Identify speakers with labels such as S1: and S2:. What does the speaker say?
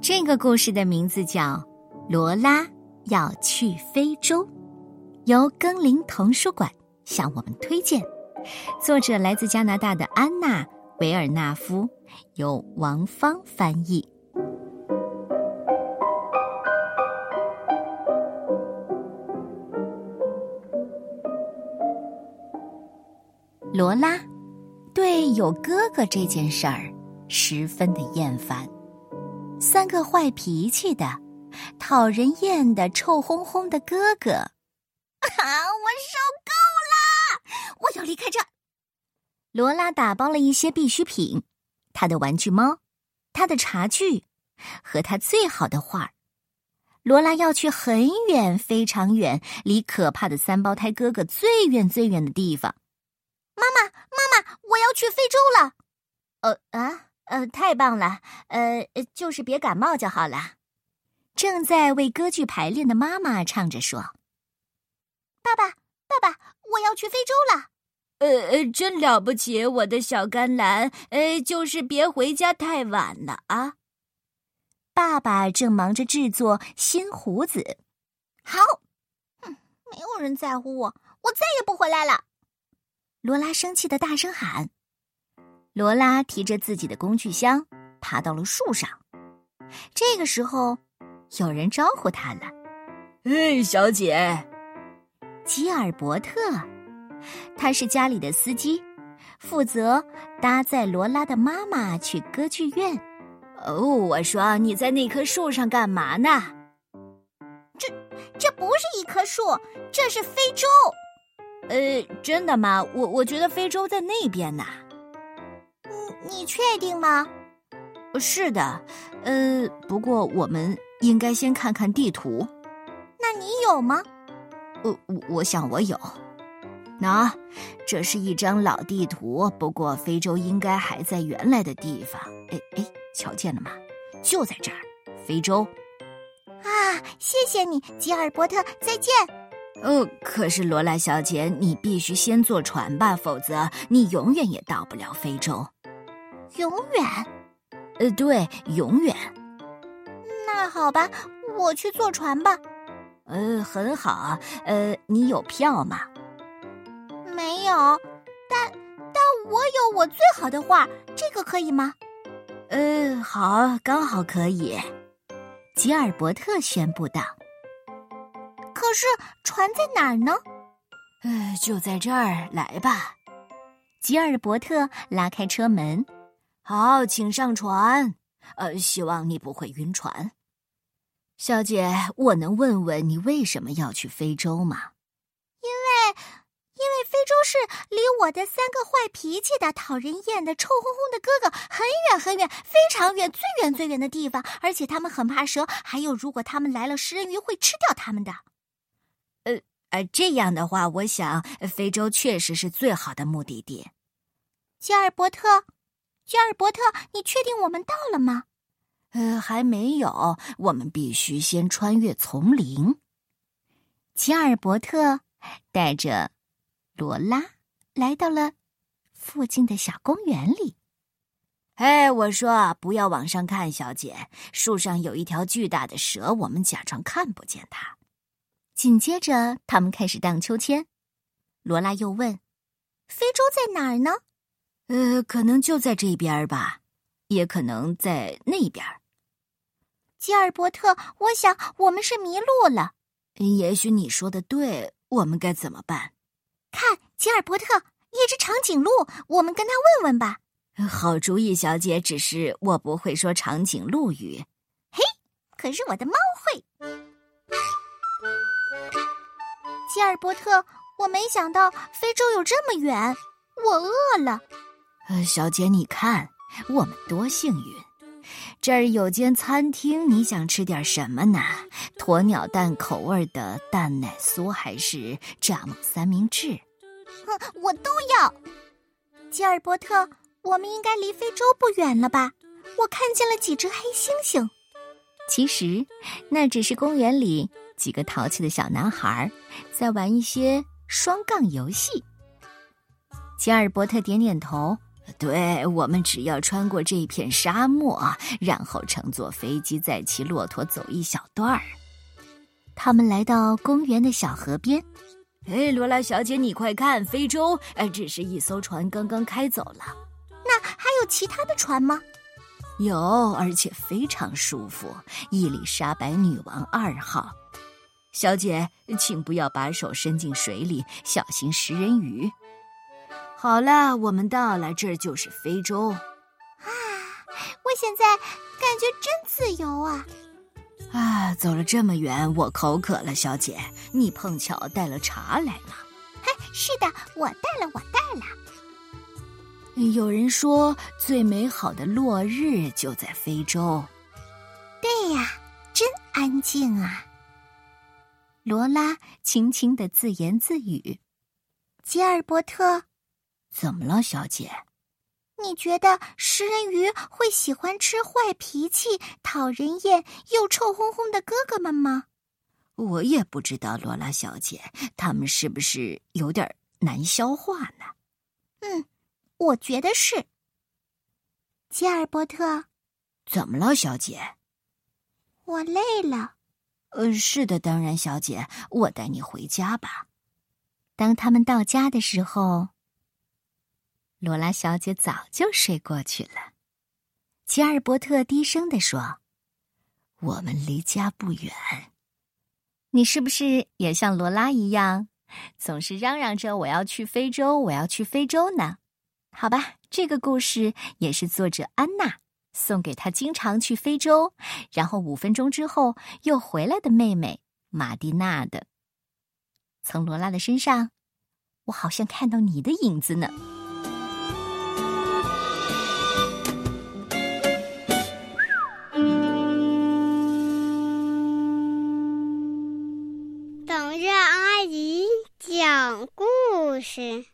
S1: 这个故事的名字叫《罗拉要去非洲》，由耕林童书馆向我们推荐。作者来自加拿大的安娜·维尔纳夫，由王芳翻译。罗拉对有哥哥这件事儿十分的厌烦，三个坏脾气的、讨人厌的、臭烘烘的哥哥， 啊，我受够了！我要离开这儿。罗拉打包了一些必需品：她的玩具猫、她的茶具和她最好的画儿。罗拉要去很远，非常远，离可怕的三胞胎哥哥最远最远的地方。妈妈，我要去非洲了。呃啊，呃，太棒了，呃，呃就是别感冒就好了。正在为歌剧排练的妈妈唱着说：“爸爸，爸爸，我要去非洲了。”呃呃，真了不起，我的小甘蓝。呃，就是别回家太晚了啊。爸爸正忙着制作新胡子。好，嗯，没有人在乎我，我再也不回来了。罗拉生气的大声喊。罗拉提着自己的工具箱爬到了树上。这个时候，有人招呼她了
S2: 哎，小姐，
S1: ——吉尔伯特。他是家里的司机，负责搭载罗拉的妈妈去歌剧院。哦，我说你在那棵树上干嘛呢？这这不是一棵树，这是非洲。呃，真的吗？我我觉得非洲在那边呢。你你确定吗？是的，呃，不过我们应该先看看地图。那你有吗？我我我想我有。那、这是一张老地图，不过非洲应该还在原来的地方。哎哎，瞧见了吗？就在这儿，非洲。
S3: 啊，谢谢你，吉尔伯特，再见。
S1: 哦，可是罗拉小姐，你必须先坐船吧，否则你永远也到不了非洲。
S3: 永远。
S1: 呃，对，永远。
S3: 那好吧，我去坐船吧。
S1: 呃，很好。呃，你有票吗？
S3: 没有，但但我有我最好的画，这个可以吗？
S1: 呃，好，刚好可以。吉尔伯特宣布道。
S3: 可是船在哪儿呢？
S1: 呃，就在这儿，来吧。吉尔伯特拉开车门，好，请上船。呃，希望你不会晕船。小姐，我能问问你为什么要去非洲吗？
S3: 因为非洲是离我的三个坏脾气的、讨人厌的、臭烘烘的哥哥很远很远，非常远，最远最远的地方。而且他们很怕蛇，还有如果他们来了，食人鱼会吃掉他们的。
S1: 呃，这样的话，我想呃非洲确实是最好的目的地。
S3: 吉尔伯特，吉尔伯特，你确定我们到了吗？
S1: 呃，还没有，我们必须先穿越丛林。吉尔伯特带着罗拉来到了附近的小公园里。哎，我说不要往上看，小姐，树上有一条巨大的蛇，我们假装看不见它。紧接着，他们开始荡秋千。罗拉又问
S3: 非洲在哪儿呢？：“
S1: 呃，可能就在这边儿吧，也可能在那边儿。”
S3: 吉尔伯特，我想我们是迷路了。
S1: 嗯也许你说的对，我们该怎么办？
S3: 看，吉尔伯特，一只长颈鹿，我们跟他问问吧。
S1: 好主意，小姐，只是我不会说长颈鹿语。
S3: 可是我的猫会。吉尔伯特，我没想到非洲有这么远，我饿了。
S1: 呃，小姐，你看，我们多幸运，这儿有间餐厅，你想吃点什么呢？鸵鸟蛋口味的蛋奶酥，还是蚱蜢三明治？
S3: 哼，我都要。吉尔伯特，我们应该离非洲不远了吧？我看见了几只黑猩猩。
S1: 其实，那只是公园里几个淘气的小男孩儿在玩一些双杠游戏。吉尔伯特点点头，对我们只要穿过这片沙漠，啊然后乘坐飞机，再骑骆驼走一小段儿。他们来到公园的小河边，
S2: 哎，罗拉小姐，你快看，非洲，呃，只是一艘船刚刚开走了。
S3: 那还有其他的船吗？
S1: 有，而且非常舒服。伊丽莎白女王二号，小姐，请不要把手伸进水里，小心食人鱼。好了，我们到了，这就是非洲。
S3: 啊我现在感觉真自由啊！
S1: 啊，走了这么远，我口渴了，小姐，你碰巧带了茶来吗？
S3: 嘿，是的，我带了，我带了。
S1: 有人说，最美好的落日就在非洲。
S3: 对呀，真安静啊！
S1: 罗拉轻轻的自言自语
S3: 吉尔伯特，：“
S1: 怎么了，小姐？
S3: 你觉得食人鱼会喜欢吃坏脾气、讨人厌又臭烘烘的哥哥们吗？
S1: 我也不知道，罗拉小姐，他们是不是有点难消化呢？
S3: 嗯我觉得是。吉尔伯特，
S1: 怎么了，小姐？
S3: 我累了。
S1: 呃，是的，当然，小姐，我带你回家吧。当他们到家的时候，罗拉小姐早就睡过去了。吉尔伯特低声地说：“我们离家不远。你是不是也像罗拉一样，总是嚷嚷着我要去非洲，我要去非洲呢？”好吧，这个故事也是作者安娜送给她经常去非洲，然后五分钟之后又回来的妹妹马蒂娜的。从罗拉的身上，我好像看到你的影子呢。
S4: 等着阿姨讲故事。